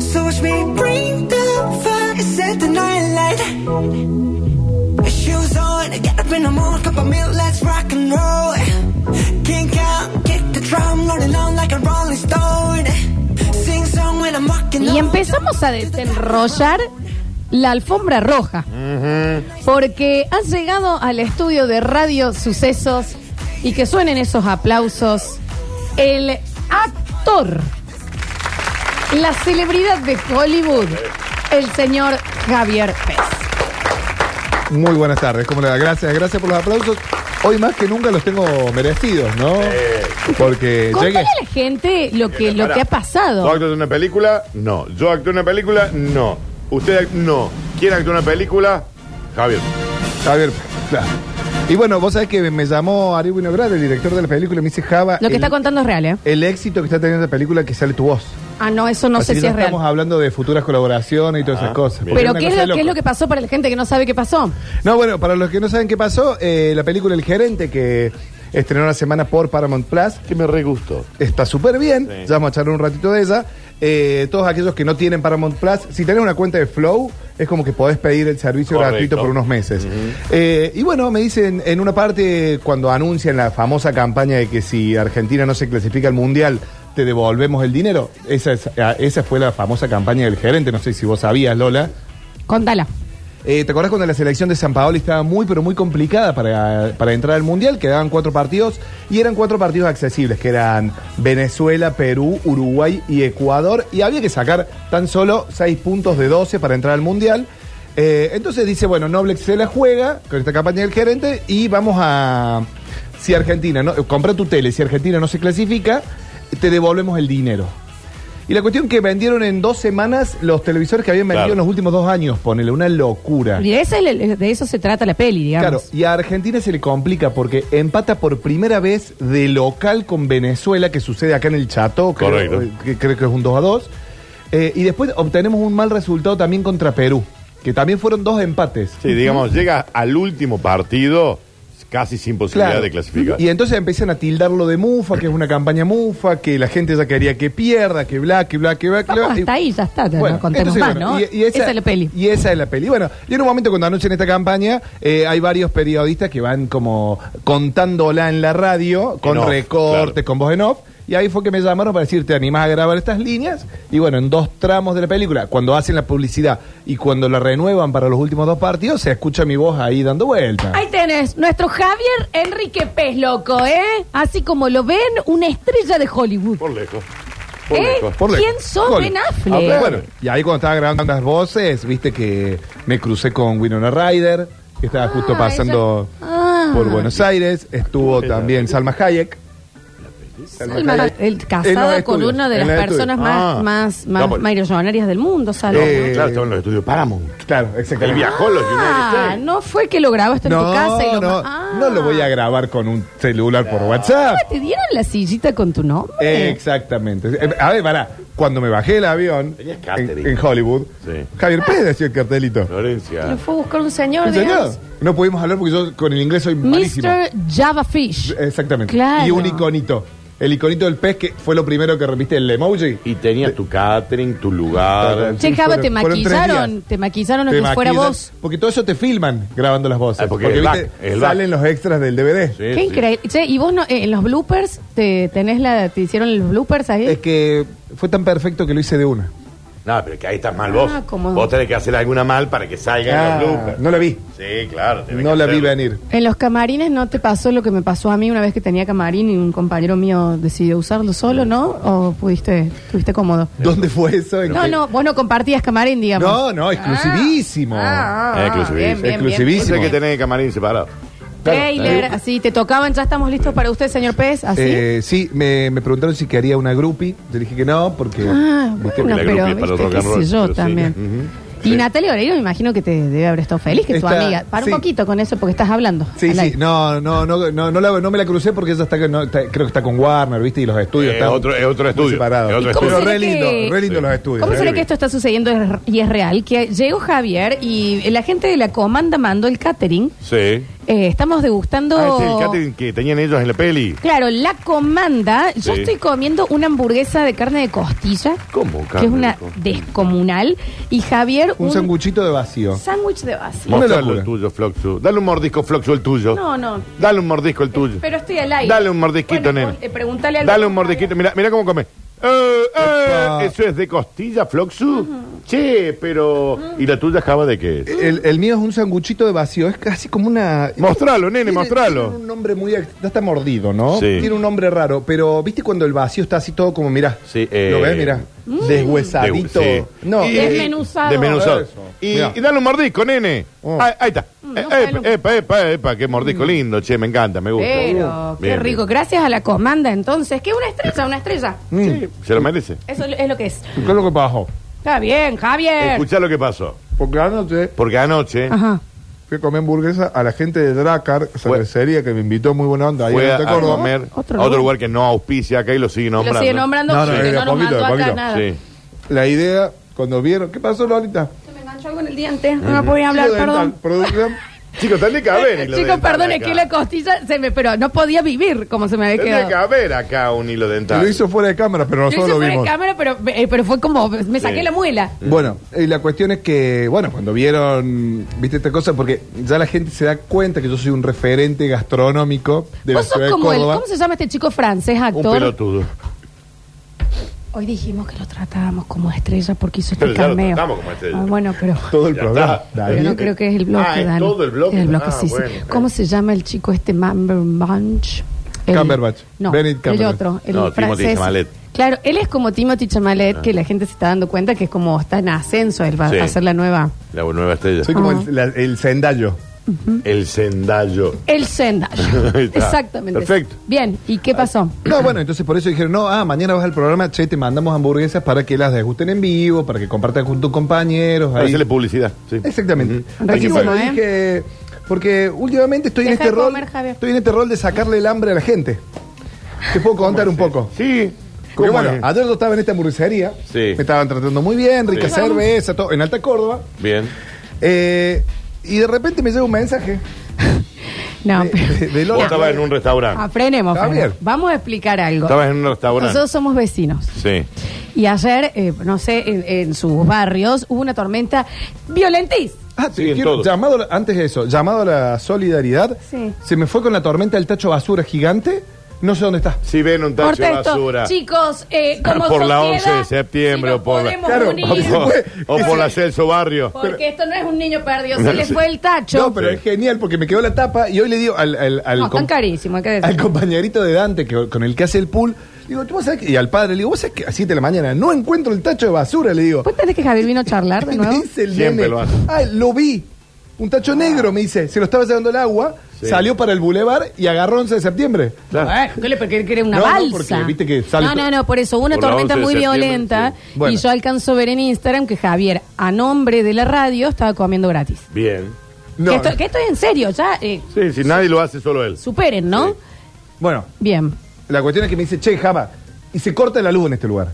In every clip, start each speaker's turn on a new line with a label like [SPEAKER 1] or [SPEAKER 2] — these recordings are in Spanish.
[SPEAKER 1] So watch me bring the fire, set the night light. Shoes on, get up in the morning, cup of milk, let's rock and roll. Kink out, kick the drum, rolling on like a rolling stone. Sing song when I'm walking
[SPEAKER 2] Y
[SPEAKER 1] on.
[SPEAKER 2] empezamos a desenrollar la alfombra roja. Porque han llegado al estudio de Radio Sucesos y que suenen esos aplausos. El actor, la celebridad de Hollywood, el señor Javier Pérez.
[SPEAKER 3] Muy buenas tardes, ¿cómo le va? Gracias, gracias por los aplausos. Hoy más que nunca los tengo merecidos, ¿no? Porque
[SPEAKER 2] Contale
[SPEAKER 3] llegué.
[SPEAKER 2] a la gente lo que, lo
[SPEAKER 4] Pará.
[SPEAKER 2] que ha
[SPEAKER 4] ¿Tú
[SPEAKER 2] pasado.
[SPEAKER 4] actúas en una película? No. ¿Yo actúo en una película? No. ¿Usted act- No. ¿Quién actúa en una película? Javier.
[SPEAKER 3] Javier, claro. Y bueno, vos sabés que me llamó Ari Winograd, el director de la película, y me dice Java.
[SPEAKER 2] Lo que
[SPEAKER 3] el-
[SPEAKER 2] está contando es real, ¿eh?
[SPEAKER 3] El éxito que está teniendo la película que sale tu voz.
[SPEAKER 2] Ah, no, eso no
[SPEAKER 3] Así
[SPEAKER 2] sé
[SPEAKER 3] que
[SPEAKER 2] si es real.
[SPEAKER 3] estamos hablando de futuras colaboraciones y todas esas cosas. porque
[SPEAKER 2] Pero
[SPEAKER 3] una
[SPEAKER 2] ¿qué es,
[SPEAKER 3] cosa de
[SPEAKER 2] lo, ¿qué es lo
[SPEAKER 3] loco.
[SPEAKER 2] que pasó para la gente que no sabe qué pasó?
[SPEAKER 3] No, bueno, para los que no saben qué pasó, eh, la película El Gerente que estrenó la semana por Paramount Plus.
[SPEAKER 4] Que me re gustó.
[SPEAKER 3] Está súper bien,
[SPEAKER 4] Sí.
[SPEAKER 3] ya vamos a echar un ratito de ella. Eh, todos aquellos que no tienen Paramount Plus, si tenés una cuenta de Flow, es como que podés pedir el servicio
[SPEAKER 4] Correcto.
[SPEAKER 3] gratuito por unos meses. Eh, y bueno, me dicen en una parte cuando anuncian la famosa campaña de que si Argentina no se clasifica al Mundial, te devolvemos el dinero. Esa, es- a- esa fue la famosa campaña del gerente, no sé si vos sabías, Lola.
[SPEAKER 2] Contala.
[SPEAKER 3] Eh, ¿Te acordás cuando la selección de San Paolo estaba muy, pero muy complicada para, para entrar al Mundial? Quedaban cuatro partidos y eran cuatro partidos accesibles, que eran Venezuela, Perú, Uruguay y Ecuador. Y había que sacar tan solo seis puntos de 12 para entrar al Mundial. Eh, entonces dice, bueno, Noblex se la juega con esta campaña del gerente y vamos a... Si Argentina, no, compra tu tele, si Argentina no se clasifica, te devolvemos el dinero. Y la cuestión que vendieron en dos semanas los televisores que habían vendido
[SPEAKER 4] Claro.
[SPEAKER 3] en los últimos dos años, ponele, una locura.
[SPEAKER 2] Y de, ese- de eso se trata la peli,
[SPEAKER 3] Ah. Claro,
[SPEAKER 2] digamos.
[SPEAKER 3] y a Argentina se le complica porque empata por primera vez de local con Venezuela, que sucede acá en el Chato, creo,
[SPEAKER 4] Correcto.
[SPEAKER 3] eh, que, creo que es un 2 a 2. Eh, y después obtenemos un mal resultado también contra Perú, que también fueron dos empates.
[SPEAKER 4] Sí, digamos, llega al último partido casi sin posibilidad
[SPEAKER 3] Claro.
[SPEAKER 4] de clasificar.
[SPEAKER 3] Y entonces empiezan a tildarlo de mufa, que es una campaña mufa, que la gente ya quería que pierda, que bla, que bla, que bla. que
[SPEAKER 2] Vamos
[SPEAKER 3] bla.
[SPEAKER 2] hasta ahí, ya está, ya no contemos más, ¿no?
[SPEAKER 3] Y, y esa,
[SPEAKER 2] Esa es la peli.
[SPEAKER 3] Y esa es la peli. Bueno, y en un momento cuando anuncian esta campaña, eh, hay varios periodistas que van como contándola en la radio, con
[SPEAKER 4] En off,
[SPEAKER 3] recortes,
[SPEAKER 4] claro.
[SPEAKER 3] con voz en off. Y ahí fue que me llamaron para decir, ¿te animás a grabar estas líneas? Y bueno, en dos tramos de la película, cuando hacen la publicidad y cuando la renuevan para los últimos dos partidos, se escucha mi voz ahí dando vuelta.
[SPEAKER 2] Ahí tenés, nuestro Javier Enrique Pez, loco, ¿eh? Así como lo ven, una estrella de Hollywood.
[SPEAKER 4] Por lejos. Por
[SPEAKER 2] ¿Eh?
[SPEAKER 4] lejos.
[SPEAKER 3] Por lejos.
[SPEAKER 2] ¿Quién sos
[SPEAKER 3] Gol.
[SPEAKER 2] Ben
[SPEAKER 3] Ah,
[SPEAKER 2] Affleck?
[SPEAKER 3] pero bueno, y ahí cuando estaba grabando las voces, viste que me crucé con Winona Ryder, que estaba justo
[SPEAKER 2] Ah,
[SPEAKER 3] pasando
[SPEAKER 2] ella- Ah.
[SPEAKER 3] por Buenos Aires. Estuvo también Salma Hayek.
[SPEAKER 2] Salma, el
[SPEAKER 3] En los
[SPEAKER 2] casado con
[SPEAKER 3] estudios,
[SPEAKER 2] una de
[SPEAKER 3] en
[SPEAKER 2] las
[SPEAKER 3] los
[SPEAKER 2] personas
[SPEAKER 4] estudios.
[SPEAKER 2] más,
[SPEAKER 4] Ah.
[SPEAKER 2] más, más
[SPEAKER 4] No, pues-
[SPEAKER 2] millonarias del mundo,
[SPEAKER 4] No,
[SPEAKER 2] Salma.
[SPEAKER 3] Eh,
[SPEAKER 4] claro, estaba en los estudios Paramount.
[SPEAKER 3] Claro, exactamente.
[SPEAKER 4] El viajó a los United
[SPEAKER 2] Ah,
[SPEAKER 4] States.
[SPEAKER 2] no fue que lo grabaste en
[SPEAKER 3] No,
[SPEAKER 2] tu casa y lo
[SPEAKER 3] no,
[SPEAKER 2] Ah.
[SPEAKER 3] no lo voy a grabar con un celular por WhatsApp.
[SPEAKER 2] ¿Te dieron la sillita con tu nombre?
[SPEAKER 3] Exactamente. Eh, A ver, pará. Cuando me bajé del avión
[SPEAKER 4] Tenías catering.
[SPEAKER 3] en, en Hollywood,
[SPEAKER 4] Sí.
[SPEAKER 3] Javier Pérez decía el cartelito.
[SPEAKER 2] Lo
[SPEAKER 4] Florencia.
[SPEAKER 2] fue a buscar un señor,
[SPEAKER 3] ¿En serio?
[SPEAKER 2] digamos.
[SPEAKER 3] No pudimos hablar porque yo con el inglés soy malísimo.
[SPEAKER 2] Mr. Java Fish.
[SPEAKER 3] Exactamente.
[SPEAKER 2] Claro.
[SPEAKER 3] Y un iconito. El iconito del pez que fue lo primero que repiste el emoji.
[SPEAKER 4] Y tenías tu catering, tu lugar.
[SPEAKER 2] Che, Java, te
[SPEAKER 3] Fueron- fueron tres
[SPEAKER 2] maquillaron,
[SPEAKER 3] días.
[SPEAKER 2] te maquillaron a
[SPEAKER 3] Te
[SPEAKER 2] que fuera
[SPEAKER 3] maquillan,
[SPEAKER 2] vos.
[SPEAKER 3] Porque todo eso te filman grabando las voces.
[SPEAKER 4] Ah, porque el back, el back.
[SPEAKER 3] salen los extras del DVD.
[SPEAKER 4] Sí,
[SPEAKER 2] Qué
[SPEAKER 4] sí.
[SPEAKER 2] increíble. Che, y vos no, eh, en los bloopers, te, tenés la, te hicieron los bloopers ahí.
[SPEAKER 3] Es que fue tan perfecto que lo hice de una.
[SPEAKER 4] No, pero que ahí estás mal vos.
[SPEAKER 2] Ah, como-
[SPEAKER 4] Vos tenés que hacer alguna mal para que salga
[SPEAKER 3] Ah,
[SPEAKER 4] en los bloopers.
[SPEAKER 3] no la vi.
[SPEAKER 4] Sí, claro. tenés
[SPEAKER 3] No
[SPEAKER 4] que
[SPEAKER 3] la vi
[SPEAKER 4] hacerlo.
[SPEAKER 3] venir.
[SPEAKER 2] En los camarines no te pasó lo que me pasó a mí una vez que tenía camarín y un compañero mío decidió usarlo solo, ¿no? ¿O pudiste, estuviste cómodo?
[SPEAKER 3] ¿Dónde fue eso? ¿En
[SPEAKER 2] No,
[SPEAKER 3] qué?
[SPEAKER 2] no, vos no compartías camarín, digamos. Ah.
[SPEAKER 3] No, no, exclusivísimo.
[SPEAKER 4] Ah, exclusivísimo.
[SPEAKER 2] bien, bien,
[SPEAKER 3] Exclusivísimo.
[SPEAKER 4] Pensé que tenés camarín separado.
[SPEAKER 2] bien. Trailer, así, te tocaban, ya estamos listos para usted, señor Pérez, así.
[SPEAKER 3] Eh, sí, me, me preguntaron si quería una groupie. Yo dije que no, porque.
[SPEAKER 2] ah,
[SPEAKER 3] viste,
[SPEAKER 2] bueno,
[SPEAKER 4] la
[SPEAKER 2] pero,
[SPEAKER 4] groupie para el
[SPEAKER 2] viste,
[SPEAKER 4] rock
[SPEAKER 2] qué
[SPEAKER 4] and
[SPEAKER 2] sé
[SPEAKER 4] roll,
[SPEAKER 2] yo
[SPEAKER 4] pero sí.
[SPEAKER 2] también. Y Natalia Oreiro, me imagino que te debe haber estado feliz, que es tu
[SPEAKER 3] Está-
[SPEAKER 2] amiga. Para
[SPEAKER 3] sí.
[SPEAKER 2] un poquito con eso, porque estás hablando.
[SPEAKER 3] Sí,
[SPEAKER 2] al
[SPEAKER 3] sí,
[SPEAKER 2] aire.
[SPEAKER 3] no, no, no, no, no, la- no me la crucé porque ella está, no, está- creo que está con Warner, ¿viste? Y los estudios
[SPEAKER 4] Eh,
[SPEAKER 3] están
[SPEAKER 4] otro- es otro
[SPEAKER 3] muy
[SPEAKER 4] estudio,
[SPEAKER 3] separados.
[SPEAKER 4] es otro
[SPEAKER 2] ¿Y cómo
[SPEAKER 3] Pero
[SPEAKER 2] será
[SPEAKER 3] re lindo,
[SPEAKER 2] que-
[SPEAKER 3] re lindo
[SPEAKER 4] Sí.
[SPEAKER 3] los estudios.
[SPEAKER 2] ¿Cómo
[SPEAKER 3] re
[SPEAKER 2] será que
[SPEAKER 3] lindo.
[SPEAKER 2] esto está sucediendo es- y es real? Que llegó Javier y la gente de la comanda mandó el catering.
[SPEAKER 4] Sí.
[SPEAKER 2] Eh, eh, estamos degustando.
[SPEAKER 4] Ah, este es el catering que tenían ellos en la peli.
[SPEAKER 2] Claro, la comanda. Yo
[SPEAKER 4] Sí.
[SPEAKER 2] estoy comiendo una hamburguesa de carne de costilla.
[SPEAKER 4] ¿Cómo,
[SPEAKER 2] Que
[SPEAKER 4] carne
[SPEAKER 2] es una
[SPEAKER 4] de costilla?
[SPEAKER 2] descomunal. Y Javier,
[SPEAKER 3] Un sanguchito de vacío.
[SPEAKER 2] sándwich de vacío.
[SPEAKER 3] Mo-
[SPEAKER 4] Mostralo
[SPEAKER 3] locura.
[SPEAKER 4] el tuyo, Floxu. Dale un mordisco, Floxu, el tuyo.
[SPEAKER 2] No, no.
[SPEAKER 4] Dale un mordisco, el tuyo.
[SPEAKER 2] Pero estoy al aire.
[SPEAKER 4] Dale un mordisquito,
[SPEAKER 2] Bueno,
[SPEAKER 4] nene.
[SPEAKER 2] eh, pregúntale al-
[SPEAKER 4] Dale un mordisquito. Mira, mira cómo come. Eh, eh,
[SPEAKER 3] Epa.
[SPEAKER 4] eso es de costilla, Floxu. Che, pero. ¿Y la tuya, Java, de qué es?
[SPEAKER 3] El, el mío es un sanguchito de vacío. Es casi como una.
[SPEAKER 4] Mostralo, nene,
[SPEAKER 3] Tiene-
[SPEAKER 4] mostralo.
[SPEAKER 3] Tiene un nombre muy. ex- Ya está mordido, ¿no?
[SPEAKER 4] Sí.
[SPEAKER 3] Tiene un nombre raro. Pero, ¿viste cuando el vacío está así todo como, mirá?
[SPEAKER 4] Sí, eh,
[SPEAKER 3] ¿Lo ves? Mirá.
[SPEAKER 2] Mm.
[SPEAKER 3] Deshuesadito.
[SPEAKER 4] De- sí.
[SPEAKER 3] No,
[SPEAKER 4] Y-
[SPEAKER 3] eh,
[SPEAKER 2] Desmenuzado.
[SPEAKER 4] Desmenuzado.
[SPEAKER 3] Eso.
[SPEAKER 4] Y,
[SPEAKER 3] Mirá.
[SPEAKER 4] y dale un mordisco, nene.
[SPEAKER 3] Oh.
[SPEAKER 4] Ah, ahí está.
[SPEAKER 2] Mm, no
[SPEAKER 4] Eh,
[SPEAKER 2] sale un-
[SPEAKER 4] epa, epa, epa, epa, qué mordisco lindo, che, me encanta, me gusta. Uh,
[SPEAKER 2] Pero, qué
[SPEAKER 4] Bien,
[SPEAKER 2] rico. Gracias a la comanda, entonces. Que una estrella, una estrella.
[SPEAKER 3] Mm.
[SPEAKER 4] bien. Sí, se lo merece.
[SPEAKER 2] Eso es lo que es.
[SPEAKER 3] ¿Qué es lo que pasó?
[SPEAKER 2] Está bien, Javier.
[SPEAKER 4] Escuchá lo que pasó.
[SPEAKER 3] Porque anoche
[SPEAKER 4] Porque anoche
[SPEAKER 2] Ajá.
[SPEAKER 3] fui a comer hamburguesa a la gente de Dracar, cervecería, que me invitó muy buena onda. Ahí
[SPEAKER 4] fue
[SPEAKER 3] en
[SPEAKER 4] a,
[SPEAKER 3] Te
[SPEAKER 4] a
[SPEAKER 3] Córdoba.
[SPEAKER 4] comer a
[SPEAKER 2] Otro
[SPEAKER 4] otro,
[SPEAKER 2] lugar.
[SPEAKER 4] lugar que no auspicia acá y lo sigue
[SPEAKER 2] Lo
[SPEAKER 4] nombrando.
[SPEAKER 2] sigue nombrando
[SPEAKER 3] No, no,
[SPEAKER 2] porque no
[SPEAKER 3] era
[SPEAKER 2] nos
[SPEAKER 3] poquito,
[SPEAKER 2] mandó acá
[SPEAKER 3] poquito.
[SPEAKER 2] nada.
[SPEAKER 4] Sí.
[SPEAKER 3] La idea, cuando vieron. ¿Qué pasó, Lolita?
[SPEAKER 2] Se me enganchó algo en el diente. No me podía hablar,
[SPEAKER 3] Lo dental,
[SPEAKER 2] perdón.
[SPEAKER 3] producción.
[SPEAKER 4] Chicos, tendría que haber. hilo
[SPEAKER 2] Chicos,
[SPEAKER 4] dental
[SPEAKER 2] perdón,
[SPEAKER 4] acá.
[SPEAKER 2] es que la costilla se me. Pero no podía vivir como se me había
[SPEAKER 4] Tendría que
[SPEAKER 2] quedado.
[SPEAKER 4] haber acá un hilo dental.
[SPEAKER 3] Lo hizo fuera de cámara, pero
[SPEAKER 2] Yo
[SPEAKER 3] nosotros
[SPEAKER 2] hice
[SPEAKER 3] lo
[SPEAKER 2] fuera de
[SPEAKER 3] vimos.
[SPEAKER 2] cámara, pero, eh, pero fue como. Me saqué
[SPEAKER 4] Sí.
[SPEAKER 2] la muela.
[SPEAKER 3] Bueno, y la cuestión es que, bueno, cuando vieron, viste esta cosa, porque ya la gente se da cuenta que yo soy un referente gastronómico de la
[SPEAKER 2] Vos sos
[SPEAKER 3] ciudad de
[SPEAKER 2] como el.
[SPEAKER 3] Córdoba.
[SPEAKER 2] ¿Cómo se llama este chico francés,
[SPEAKER 4] Un
[SPEAKER 2] actor?
[SPEAKER 4] pelotudo.
[SPEAKER 2] Hoy dijimos que lo tratábamos como estrella porque hizo este
[SPEAKER 4] Pero ya lo
[SPEAKER 2] cameo.
[SPEAKER 4] tratamos como estrella.
[SPEAKER 2] Ah, bueno, pero.
[SPEAKER 3] Todo el
[SPEAKER 4] Ya
[SPEAKER 3] programa.
[SPEAKER 4] está.
[SPEAKER 3] Dani.
[SPEAKER 2] Yo no creo que es el bloque,
[SPEAKER 4] Ah, es
[SPEAKER 2] Dani.
[SPEAKER 4] todo el bloque.
[SPEAKER 2] Es el bloque,
[SPEAKER 4] Ah,
[SPEAKER 2] sí, sí.
[SPEAKER 4] bueno, bueno.
[SPEAKER 2] ¿Cumberbatch? ¿Cómo se llama el chico este Mamberbanch?
[SPEAKER 3] Cumberbatch.
[SPEAKER 2] No,
[SPEAKER 3] Benedict
[SPEAKER 2] el
[SPEAKER 3] Cumberbatch.
[SPEAKER 2] otro, el
[SPEAKER 4] No, Timothée
[SPEAKER 2] francés.
[SPEAKER 4] Chalamet.
[SPEAKER 2] Claro, él es como Timothy Chamalet, que la gente se está dando cuenta que es como está en ascenso, él va
[SPEAKER 4] Sí.
[SPEAKER 2] a hacer la nueva.
[SPEAKER 4] La nueva estrella.
[SPEAKER 3] Soy como el, la- el Zendallo.
[SPEAKER 4] El Zendallo.
[SPEAKER 2] El Zendaya.
[SPEAKER 4] Ahí está.
[SPEAKER 2] Exactamente.
[SPEAKER 4] Perfecto.
[SPEAKER 2] Bien, ¿y qué pasó?
[SPEAKER 3] No, bueno, entonces por eso dijeron, no, ah, mañana vas al programa, che, te mandamos hamburguesas para que las degusten en vivo, para que compartan con tus compañeros.
[SPEAKER 4] Para
[SPEAKER 3] ahí.
[SPEAKER 4] hacerle publicidad. Sí.
[SPEAKER 3] Exactamente.
[SPEAKER 4] Ujú.
[SPEAKER 3] Así que
[SPEAKER 2] Rarísimo,
[SPEAKER 3] bueno,
[SPEAKER 2] ¿eh?
[SPEAKER 3] dije, porque últimamente estoy
[SPEAKER 2] Deja
[SPEAKER 3] en
[SPEAKER 2] de
[SPEAKER 3] este
[SPEAKER 2] comer,
[SPEAKER 3] rol,
[SPEAKER 2] Javier.
[SPEAKER 3] estoy en este rol de sacarle el hambre a la gente. Te puedo contar un poco.
[SPEAKER 4] Sí.
[SPEAKER 3] Porque bueno,
[SPEAKER 4] es?
[SPEAKER 3] ayer yo estaba en esta hamburguesería.
[SPEAKER 4] Sí.
[SPEAKER 3] Me estaban tratando muy bien, rica
[SPEAKER 4] Sí.
[SPEAKER 3] cerveza, todo, en Alta Córdoba.
[SPEAKER 4] Bien.
[SPEAKER 3] Eh, y de repente me llega un mensaje.
[SPEAKER 2] No,
[SPEAKER 3] de-
[SPEAKER 2] pero-
[SPEAKER 3] de- de
[SPEAKER 4] Vos
[SPEAKER 3] Lola.
[SPEAKER 4] estabas en un
[SPEAKER 2] Ah,
[SPEAKER 4] restaurante.
[SPEAKER 2] frenemos.
[SPEAKER 3] Javier.
[SPEAKER 2] frenemos. Vamos a explicar algo.
[SPEAKER 4] Estabas en un restaurante.
[SPEAKER 2] Nosotros somos vecinos.
[SPEAKER 4] Sí.
[SPEAKER 2] Y ayer, eh, no sé, en, en sus barrios hubo una tormenta violentísima.
[SPEAKER 3] Ah, te
[SPEAKER 4] Sí, en
[SPEAKER 3] quiero-
[SPEAKER 4] todo.
[SPEAKER 3] llamado, a la- antes de eso, llamado a la solidaridad.
[SPEAKER 2] Sí.
[SPEAKER 3] Se me fue con la tormenta del tacho basura gigante. No sé dónde está.
[SPEAKER 4] Si ven un tacho
[SPEAKER 2] Corta
[SPEAKER 4] de
[SPEAKER 2] esto,
[SPEAKER 4] basura.
[SPEAKER 2] chicos, eh, como
[SPEAKER 4] por la 11
[SPEAKER 2] sociedad,
[SPEAKER 4] de septiembre
[SPEAKER 2] si
[SPEAKER 4] o por,
[SPEAKER 2] nos
[SPEAKER 4] la,
[SPEAKER 2] podemos
[SPEAKER 3] Claro,
[SPEAKER 2] unir,
[SPEAKER 4] o por- o por la Celso Barrio.
[SPEAKER 2] porque esto no es un niño perdido, se le fue el tacho.
[SPEAKER 3] No, pero
[SPEAKER 4] Sí.
[SPEAKER 3] es genial porque me quedó la tapa y hoy le digo al, al, al
[SPEAKER 2] No,
[SPEAKER 3] com-
[SPEAKER 2] están carísimos, hay que decir.
[SPEAKER 3] al compañerito de Dante que, con el que hace el pool. Digo, ¿tú vos sabés que- Y al padre le digo, ¿vos sabés que a 7 de la mañana no encuentro el tacho de basura? Le digo.
[SPEAKER 2] ¿Vos tenés que Javier vino a charlar de
[SPEAKER 3] Y
[SPEAKER 2] nuevo?
[SPEAKER 3] Me dice el nene,
[SPEAKER 4] Siempre lo hace.
[SPEAKER 3] "Ay, lo vi. Un tacho negro, me dice. Se lo estaba llevando el agua,
[SPEAKER 4] Sí.
[SPEAKER 3] salió para el bulevar y y agarró 11 de septiembre.
[SPEAKER 4] Claro.
[SPEAKER 2] Eh, ¿Qué le porque quiere una
[SPEAKER 3] No, no,
[SPEAKER 2] balsa?
[SPEAKER 3] porque viste que sale-
[SPEAKER 2] no, no, no, por eso. Hubo una
[SPEAKER 4] Por la
[SPEAKER 2] tormenta
[SPEAKER 4] 11 de
[SPEAKER 2] muy
[SPEAKER 4] septiembre,
[SPEAKER 2] violenta
[SPEAKER 4] sí.
[SPEAKER 2] y
[SPEAKER 3] Bueno.
[SPEAKER 2] yo alcanzo a ver en Instagram que Javier, a nombre de la radio, estaba comiendo gratis.
[SPEAKER 4] Bien.
[SPEAKER 3] No,
[SPEAKER 2] que, esto, que esto es en serio, ya eh,
[SPEAKER 4] Sí, si nadie lo hace, solo él.
[SPEAKER 2] superen, ¿no?
[SPEAKER 4] Sí.
[SPEAKER 3] Bueno,
[SPEAKER 2] Bien.
[SPEAKER 3] la cuestión es que me dice, che, Java, y se corta la luz en este lugar.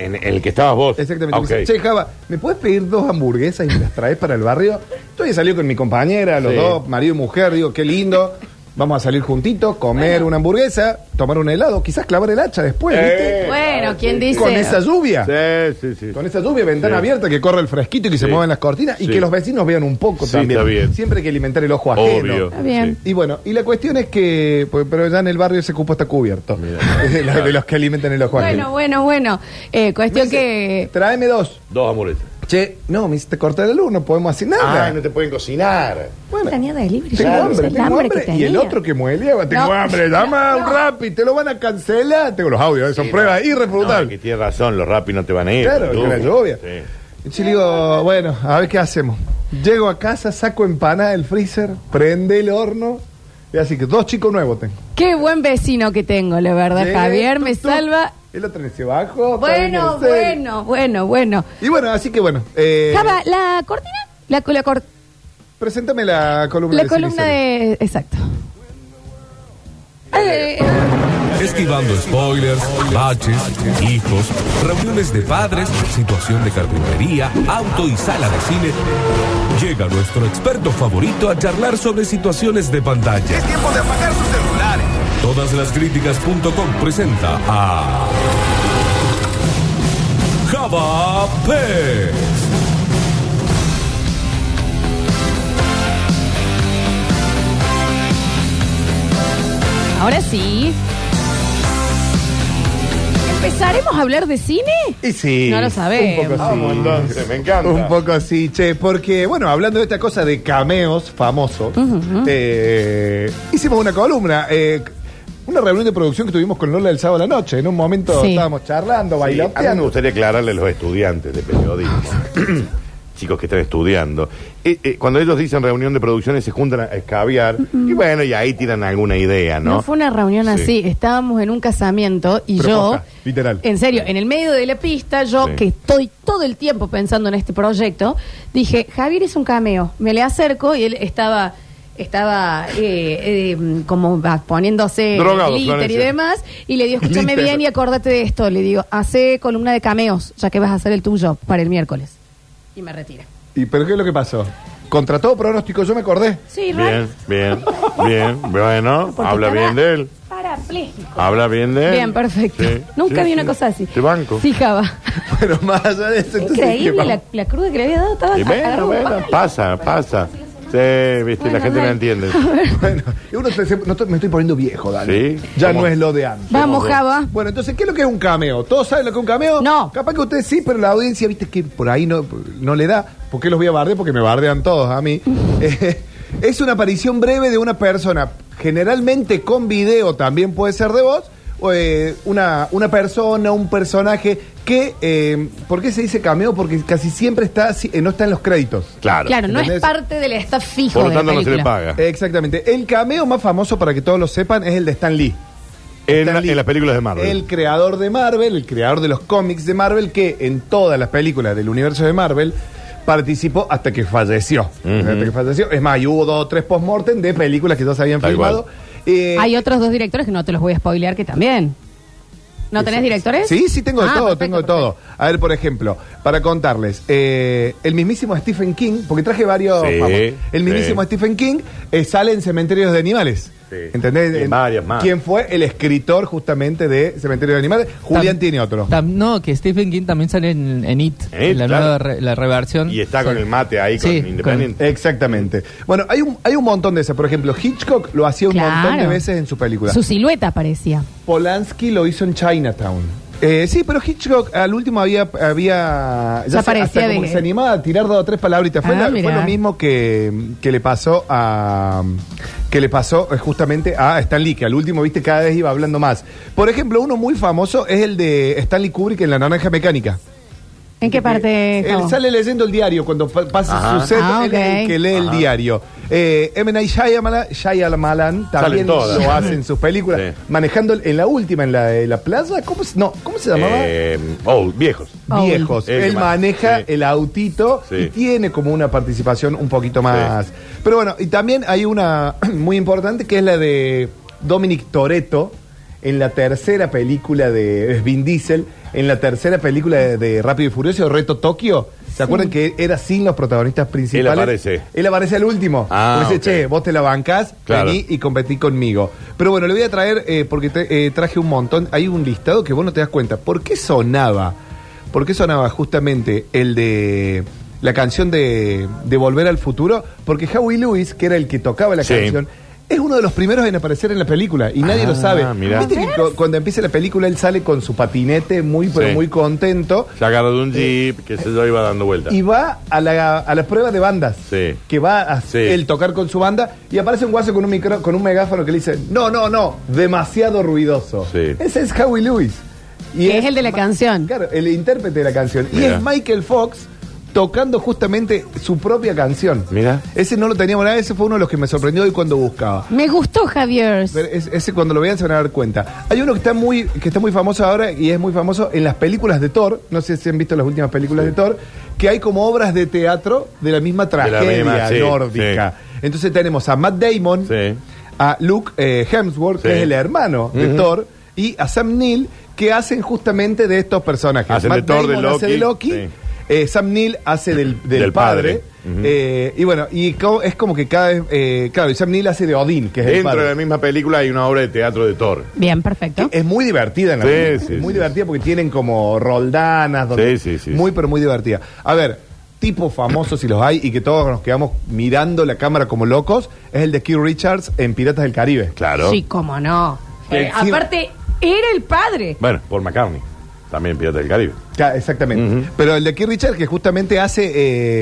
[SPEAKER 4] En en el que estabas vos.
[SPEAKER 3] Exactamente.
[SPEAKER 4] Ah,
[SPEAKER 3] Me
[SPEAKER 4] ok.
[SPEAKER 3] dice, che, Java, ¿me puedes pedir dos hamburguesas y me las traes para el barrio? Entonces salió con mi compañera, los
[SPEAKER 4] Sí.
[SPEAKER 3] dos, marido y mujer, digo, qué lindo. Vamos a salir juntitos, comer una hamburguesa, tomar un helado, quizás clavar el hacha después,
[SPEAKER 4] Eh,
[SPEAKER 3] ¿viste?
[SPEAKER 2] Bueno, ¿quién
[SPEAKER 4] sí.
[SPEAKER 2] dice?
[SPEAKER 3] Con esa lluvia.
[SPEAKER 4] Sí, sí, sí.
[SPEAKER 3] Con esa lluvia, ventana
[SPEAKER 4] Sí.
[SPEAKER 3] abierta, que corre el fresquito y que se
[SPEAKER 4] Sí.
[SPEAKER 3] mueven las cortinas y
[SPEAKER 4] Sí.
[SPEAKER 3] que los vecinos vean un poco
[SPEAKER 4] Sí,
[SPEAKER 3] también.
[SPEAKER 4] está bien.
[SPEAKER 3] Siempre hay que alimentar el ojo ajeno.
[SPEAKER 4] Obvio.
[SPEAKER 2] Está bien.
[SPEAKER 4] Sí.
[SPEAKER 3] Y bueno, y la cuestión es que, pues, pero ya en el barrio ese cupo está cubierto. de los- de los que alimentan el ojo
[SPEAKER 2] Bueno,
[SPEAKER 3] ajeno.
[SPEAKER 2] bueno, bueno. Eh,
[SPEAKER 3] Me
[SPEAKER 2] cuestión
[SPEAKER 3] dice,
[SPEAKER 2] que.
[SPEAKER 3] Tráeme dos.
[SPEAKER 4] Dos hamburguesas.
[SPEAKER 3] Che, no, me hiciste cortar la luz, no podemos hacer nada.
[SPEAKER 4] Ah, no te pueden cocinar.
[SPEAKER 3] Bueno,
[SPEAKER 2] Tenía delivery,
[SPEAKER 3] tengo
[SPEAKER 2] ya,
[SPEAKER 3] hambre,
[SPEAKER 2] el
[SPEAKER 3] tengo
[SPEAKER 2] hambre
[SPEAKER 3] hambre.
[SPEAKER 2] que
[SPEAKER 3] Y el
[SPEAKER 2] tenía.
[SPEAKER 3] otro que muele, tengo
[SPEAKER 2] No.
[SPEAKER 3] hambre, llama a un
[SPEAKER 2] No.
[SPEAKER 3] rapi, te lo van a cancelar. Tengo los audios, eh, son pruebas
[SPEAKER 4] No, es
[SPEAKER 3] irrefutables.
[SPEAKER 4] que tienes razón, los rapis no te van a ir.
[SPEAKER 3] Claro,
[SPEAKER 4] tú.
[SPEAKER 3] con la lluvia.
[SPEAKER 4] Sí.
[SPEAKER 3] Y yo le digo, bueno, a ver qué hacemos. Llego a casa, saco empanada del freezer, prende el horno. Y así que dos chicos nuevos tengo.
[SPEAKER 2] Qué buen vecino que tengo, la verdad,
[SPEAKER 3] Llegué,
[SPEAKER 2] Javier.
[SPEAKER 3] tu,
[SPEAKER 2] Me
[SPEAKER 3] tu.
[SPEAKER 2] salva.
[SPEAKER 3] El otro dice bajo.
[SPEAKER 2] Bueno, bueno, bueno, bueno.
[SPEAKER 3] Y bueno, así que bueno. Eh,
[SPEAKER 2] Java, ¿la cortina? La, la, cor-
[SPEAKER 3] Preséntame la columna
[SPEAKER 2] la
[SPEAKER 3] de
[SPEAKER 2] columna
[SPEAKER 3] Siliceri.
[SPEAKER 2] de. Exacto. Eh, eh,
[SPEAKER 5] esquivando spoilers, baches, hijos, reuniones de padres, situación de carpintería, auto y sala de cine. Llega nuestro experto favorito a charlar sobre situaciones de pantalla.
[SPEAKER 6] tiempo de apagar sus celulares.
[SPEAKER 5] Todaslaskríticas.com presenta a Java Pérez.
[SPEAKER 2] Ahora sí. ¿Empezaremos a hablar de cine?
[SPEAKER 3] Y sí.
[SPEAKER 2] No lo sabemos.
[SPEAKER 3] Un poco sí.
[SPEAKER 4] Vamos entonces, me encanta.
[SPEAKER 3] Un poco sí, che, porque, bueno, hablando de esta cosa de cameos famosos, eh, hicimos una columna, eh, una reunión de producción que tuvimos con Lola el sábado a la noche. En un momento
[SPEAKER 2] Sí.
[SPEAKER 3] estábamos charlando,
[SPEAKER 4] Sí,
[SPEAKER 3] bailando.
[SPEAKER 4] a mí me gustaría aclararle a los estudiantes de periodismo, chicos que están estudiando, eh, eh, cuando ellos dicen reunión de producciones se juntan a escabiar y bueno, y ahí tiran alguna idea,
[SPEAKER 2] ¿no?
[SPEAKER 4] ¿no?
[SPEAKER 2] fue una reunión
[SPEAKER 4] Sí.
[SPEAKER 2] así, estábamos en un casamiento y
[SPEAKER 3] Pero
[SPEAKER 2] yo,
[SPEAKER 3] posta, literal.
[SPEAKER 2] en serio, en el medio de la pista, yo
[SPEAKER 4] Sí.
[SPEAKER 2] que estoy todo el tiempo pensando en este proyecto, dije, Javier es un cameo, me le acerco y él estaba estaba eh, eh, como va, poniéndose
[SPEAKER 4] Drogado,
[SPEAKER 2] glitter y
[SPEAKER 4] Florencia.
[SPEAKER 2] demás y le digo, escúchame
[SPEAKER 3] Glitter.
[SPEAKER 2] bien y acordate de esto, le digo, hace columna de cameos, ya que vas a hacer el tuyo para el miércoles. Y me retira.
[SPEAKER 3] ¿Y pero qué es lo que pasó? Contra todo pronóstico, yo me acordé.
[SPEAKER 2] Sí,
[SPEAKER 4] Bien, bien, bien, bueno, habla bien de él,
[SPEAKER 2] Parapléjico.
[SPEAKER 4] habla bien de él.
[SPEAKER 2] Bien, perfecto.
[SPEAKER 4] Sí,
[SPEAKER 2] Nunca
[SPEAKER 4] sí,
[SPEAKER 2] vi una
[SPEAKER 4] sí.
[SPEAKER 2] cosa así.
[SPEAKER 4] Te banco.
[SPEAKER 2] Fijaba.
[SPEAKER 3] Pero más allá de eso, entonces, ¿qué
[SPEAKER 2] Increíble
[SPEAKER 3] vamos?
[SPEAKER 2] la, la cruda que le había dado. Estaba
[SPEAKER 4] Y bueno,
[SPEAKER 2] agarrado de
[SPEAKER 4] bueno,
[SPEAKER 2] palo.
[SPEAKER 4] pasa, pasa. Sí, viste,
[SPEAKER 2] Bueno,
[SPEAKER 4] la gente no
[SPEAKER 2] dale.
[SPEAKER 4] entiende.
[SPEAKER 3] Bueno, y uno se- se- no estoy- me estoy poniendo viejo, Dani.
[SPEAKER 4] Sí.
[SPEAKER 3] Ya
[SPEAKER 4] ¿Cómo?
[SPEAKER 3] no es lo de antes.
[SPEAKER 2] Vamos,
[SPEAKER 4] Somos
[SPEAKER 2] Java.
[SPEAKER 3] Bueno, entonces, ¿qué es lo que es un cameo? ¿Todos saben lo que es un cameo?
[SPEAKER 2] Ah, No.
[SPEAKER 3] Capaz que ustedes sí, pero la audiencia, viste, que por ahí no, no le da. ¿Por qué los voy a bardear? Porque me bardean todos a mí. Eh, es una aparición breve de una persona, generalmente con video, también puede ser de voz, o, eh, una, una persona, un personaje que... eh, ¿Por qué se dice cameo? Porque casi siempre está, si- eh, no está en los créditos.
[SPEAKER 4] Claro.
[SPEAKER 2] Claro, no es
[SPEAKER 3] ¿Entendés?
[SPEAKER 2] parte del staff fijo.
[SPEAKER 4] Por lo
[SPEAKER 2] de la
[SPEAKER 4] tanto no se le
[SPEAKER 2] película.
[SPEAKER 4] paga.
[SPEAKER 3] Eh, Exactamente. El cameo más famoso, para que todos lo sepan, es el de Stan Lee.
[SPEAKER 4] En,
[SPEAKER 3] Stan Lee,
[SPEAKER 4] en las películas de Marvel.
[SPEAKER 3] El creador de Marvel, el creador de los cómics de Marvel, que en todas las películas del universo de Marvel participó hasta que falleció. Hasta que falleció. Es más, y hubo dos o tres postmortem de películas que ya se habían
[SPEAKER 4] Tal
[SPEAKER 3] filmado.
[SPEAKER 4] cual.
[SPEAKER 3] Eh,
[SPEAKER 2] Hay otros dos directores que no te los voy a spoilear que también. ¿No tenés directores?
[SPEAKER 3] Sí, sí, tengo de
[SPEAKER 2] Ah,
[SPEAKER 3] todo,
[SPEAKER 2] perfecto,
[SPEAKER 3] tengo de todo. A ver, por ejemplo, para contarles, eh, el mismísimo Stephen King, porque traje varios.
[SPEAKER 4] Sí,
[SPEAKER 3] famosos. el mismísimo
[SPEAKER 4] sí.
[SPEAKER 3] Stephen King eh, sale en Cementerios de Animales.
[SPEAKER 4] Sí.
[SPEAKER 3] ¿Entendés?
[SPEAKER 4] Y en varias más.
[SPEAKER 3] ¿Quién fue el escritor justamente de Cementerios de Animales? Julián
[SPEAKER 7] Tam-
[SPEAKER 3] tiene otro.
[SPEAKER 7] tam- no, que Stephen King también sale en, en It,
[SPEAKER 4] En It,
[SPEAKER 7] en la
[SPEAKER 4] claro.
[SPEAKER 7] nueva re- la reversión.
[SPEAKER 4] Y está con
[SPEAKER 7] Sí.
[SPEAKER 4] el mate ahí con
[SPEAKER 7] Sí,
[SPEAKER 4] Independiente.
[SPEAKER 3] Exactamente. Bueno, hay un, hay un montón de esas. Por ejemplo, Hitchcock lo hacía un
[SPEAKER 2] Claro.
[SPEAKER 3] montón de veces en su película.
[SPEAKER 2] Su silueta parecía.
[SPEAKER 3] Polanski lo hizo en Chinatown. Eh, sí, pero Hitchcock al último había. había
[SPEAKER 2] Ya
[SPEAKER 3] se- hasta
[SPEAKER 2] parecía de-
[SPEAKER 3] como que se animaba a tirar dos o tres palabritas. Fue,
[SPEAKER 2] Ah,
[SPEAKER 3] la- fue
[SPEAKER 2] mirá.
[SPEAKER 3] lo mismo que, que le pasó a. que le pasó eh, justamente a Stan Lee, que al último, viste, cada vez iba hablando más. Por ejemplo, uno muy famoso es el de Stanley Kubrick en La Naranja Mecánica.
[SPEAKER 2] ¿En qué parte?
[SPEAKER 3] Él
[SPEAKER 2] Javo?
[SPEAKER 3] sale leyendo el diario. Cuando pa- pasa
[SPEAKER 4] Ajá.
[SPEAKER 3] su set,
[SPEAKER 2] Ah,
[SPEAKER 3] él es
[SPEAKER 2] ok.
[SPEAKER 3] el que lee el diario. Eh, M. Night Shyamala- Shyamalan
[SPEAKER 4] Salen
[SPEAKER 3] también
[SPEAKER 4] todas.
[SPEAKER 3] lo hace en sus películas.
[SPEAKER 4] Sí.
[SPEAKER 3] Manejando el- en la última, en la de la plaza. ¿Cómo se, no, ¿cómo se llamaba?
[SPEAKER 4] Eh, oh, viejos.
[SPEAKER 2] Old.
[SPEAKER 3] Viejos.
[SPEAKER 4] El
[SPEAKER 3] Él
[SPEAKER 4] ma-
[SPEAKER 3] maneja
[SPEAKER 4] sí.
[SPEAKER 3] el autito
[SPEAKER 4] Sí.
[SPEAKER 3] y tiene como una participación un poquito más.
[SPEAKER 4] Sí.
[SPEAKER 3] Pero bueno, y también hay una muy importante que es la de Dominic Toretto en la tercera película de es Vin Diesel, en la tercera película de, de Rápido y Furioso, Reto Tokio. ¿Se acuerdan que era sin los protagonistas principales?
[SPEAKER 4] aparece.
[SPEAKER 3] Él aparece al último.
[SPEAKER 4] Ah,
[SPEAKER 3] Porque dice,
[SPEAKER 4] ok.
[SPEAKER 3] che, vos te la bancás,
[SPEAKER 4] Claro.
[SPEAKER 3] vení y competí conmigo. Pero bueno, le voy a traer, eh, porque te- eh, traje un montón, hay un listado que vos no te das cuenta. ¿Por qué sonaba? ¿Por qué sonaba justamente el de la canción de, de Volver al Futuro? Porque Howie Lewis, que era el que tocaba la
[SPEAKER 4] Sí.
[SPEAKER 3] canción, es uno de los primeros en aparecer en la película y nadie
[SPEAKER 4] Ah,
[SPEAKER 3] lo sabe.
[SPEAKER 4] mirá.
[SPEAKER 3] Viste que cu- cuando empieza la película él sale con su patinete muy, pero
[SPEAKER 4] Sí.
[SPEAKER 3] muy contento.
[SPEAKER 4] Se agarró de un jeep, que se yo iba dando vueltas.
[SPEAKER 3] Y va a la, a la prueba de bandas.
[SPEAKER 4] Sí.
[SPEAKER 3] Que va a
[SPEAKER 4] Sí.
[SPEAKER 3] él tocar con su banda y aparece un guaso con un micro, con un megáfono que le dice, no, no, no, demasiado ruidoso.
[SPEAKER 4] Sí.
[SPEAKER 3] Ese es Howie Lewis. Y
[SPEAKER 2] Que es el de la
[SPEAKER 3] Ma-
[SPEAKER 2] canción.
[SPEAKER 3] Claro, el intérprete de la canción. Y
[SPEAKER 4] Mirá.
[SPEAKER 3] es Michael Fox tocando justamente su propia canción.
[SPEAKER 4] Mirá.
[SPEAKER 3] Ese no lo teníamos nada, ese fue uno de los que me sorprendió hoy cuando buscaba.
[SPEAKER 2] Me gustó Javier.
[SPEAKER 3] Pero es- ese cuando lo vean se van a dar cuenta. Hay uno que está muy que está muy famoso ahora y es muy famoso en las películas de Thor. No sé si han visto las últimas películas de Thor, que hay como obras de teatro de la misma
[SPEAKER 4] la
[SPEAKER 3] tragedia
[SPEAKER 4] misma, sí,
[SPEAKER 3] nórdica. Entonces tenemos a Matt Damon,
[SPEAKER 4] Sí.
[SPEAKER 3] a Luke eh, Hemsworth,
[SPEAKER 4] Sí.
[SPEAKER 3] que es el hermano de Thor. y a Sam Neill, que hacen justamente de estos personajes.
[SPEAKER 4] Hacen de Thor, de
[SPEAKER 3] Damon hace
[SPEAKER 4] Loki, sí.
[SPEAKER 3] eh, Sam Neill hace del, del
[SPEAKER 4] Del padre.
[SPEAKER 3] padre.
[SPEAKER 4] Ujú.
[SPEAKER 3] eh, y bueno, y co- es como que cada vez. eh, claro, y Sam Neill hace de Odín, que es el
[SPEAKER 4] Dentro
[SPEAKER 3] padre.
[SPEAKER 4] de la misma película hay una obra de teatro de Thor.
[SPEAKER 2] Bien, perfecto.
[SPEAKER 3] Es muy divertida en la
[SPEAKER 4] Sí,
[SPEAKER 3] película.
[SPEAKER 4] sí,
[SPEAKER 3] Es Muy
[SPEAKER 4] sí.
[SPEAKER 3] divertida porque tienen como roldanas. Donde
[SPEAKER 4] Sí, sí, sí,
[SPEAKER 3] muy,
[SPEAKER 4] sí.
[SPEAKER 3] pero muy divertida. A ver, tipos famosos si los hay y que todos nos quedamos mirando la cámara como locos, es el de Keith Richards en Piratas del Caribe.
[SPEAKER 4] Claro.
[SPEAKER 2] Sí, cómo no.
[SPEAKER 3] Que
[SPEAKER 2] Eh,
[SPEAKER 3] encima-
[SPEAKER 2] aparte, era el padre.
[SPEAKER 4] Bueno, por McCartney. También Pirata del Caribe.
[SPEAKER 3] Claro, exactamente.
[SPEAKER 4] Ujú.
[SPEAKER 3] Pero el de Keith Richards que justamente hace...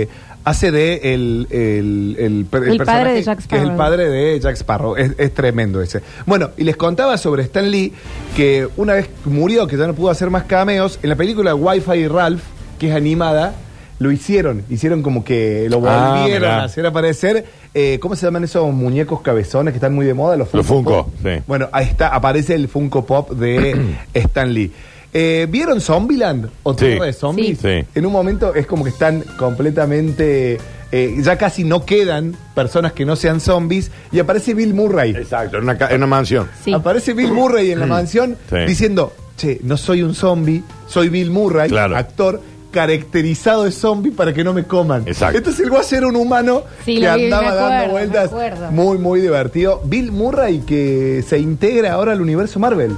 [SPEAKER 3] eh, Hace de el, el, el, per-
[SPEAKER 2] El padre de
[SPEAKER 3] personaje
[SPEAKER 2] Jack
[SPEAKER 3] Que es el
[SPEAKER 2] Sparrow.
[SPEAKER 3] padre de Jack Sparrow. Es, es tremendo ese. Bueno, y les contaba sobre Stan Lee que una vez murió, que ya no pudo hacer más cameos, en la película Wi-Fi Ralph, que es animada, lo hicieron. Hicieron como que lo
[SPEAKER 4] Ah,
[SPEAKER 3] volvieron
[SPEAKER 4] mirá.
[SPEAKER 3] a hacer aparecer. Eh, ¿Cómo se llaman esos muñecos cabezones que están muy de moda? Los
[SPEAKER 4] Los Funko,
[SPEAKER 3] Pop?
[SPEAKER 4] sí.
[SPEAKER 3] Bueno, ahí está, aparece el Funko Pop de Stan Lee. Eh, ¿Vieron Zombieland? ¿O
[SPEAKER 4] Sí.
[SPEAKER 3] Tierra de Zombies?
[SPEAKER 4] Sí. Sí.
[SPEAKER 3] En un momento es como que están completamente. eh, ya casi no quedan personas que no sean zombies y aparece Bill Murray.
[SPEAKER 4] Exacto, en una, ca- en una mansión.
[SPEAKER 2] Sí.
[SPEAKER 3] Aparece Bill Murray en la mansión
[SPEAKER 4] Sí.
[SPEAKER 3] diciendo: Che, no soy un zombie, soy Bill Murray,
[SPEAKER 4] Claro.
[SPEAKER 3] actor caracterizado de zombie para que no me coman.
[SPEAKER 4] Exacto.
[SPEAKER 3] Entonces el guaso era un humano
[SPEAKER 2] Sí,
[SPEAKER 3] que
[SPEAKER 2] lo vi, me
[SPEAKER 3] andaba dando
[SPEAKER 2] acuerdo, me
[SPEAKER 3] vueltas.
[SPEAKER 2] acuerdo.
[SPEAKER 3] Muy, muy divertido. Bill Murray que se integra ahora al universo Marvel.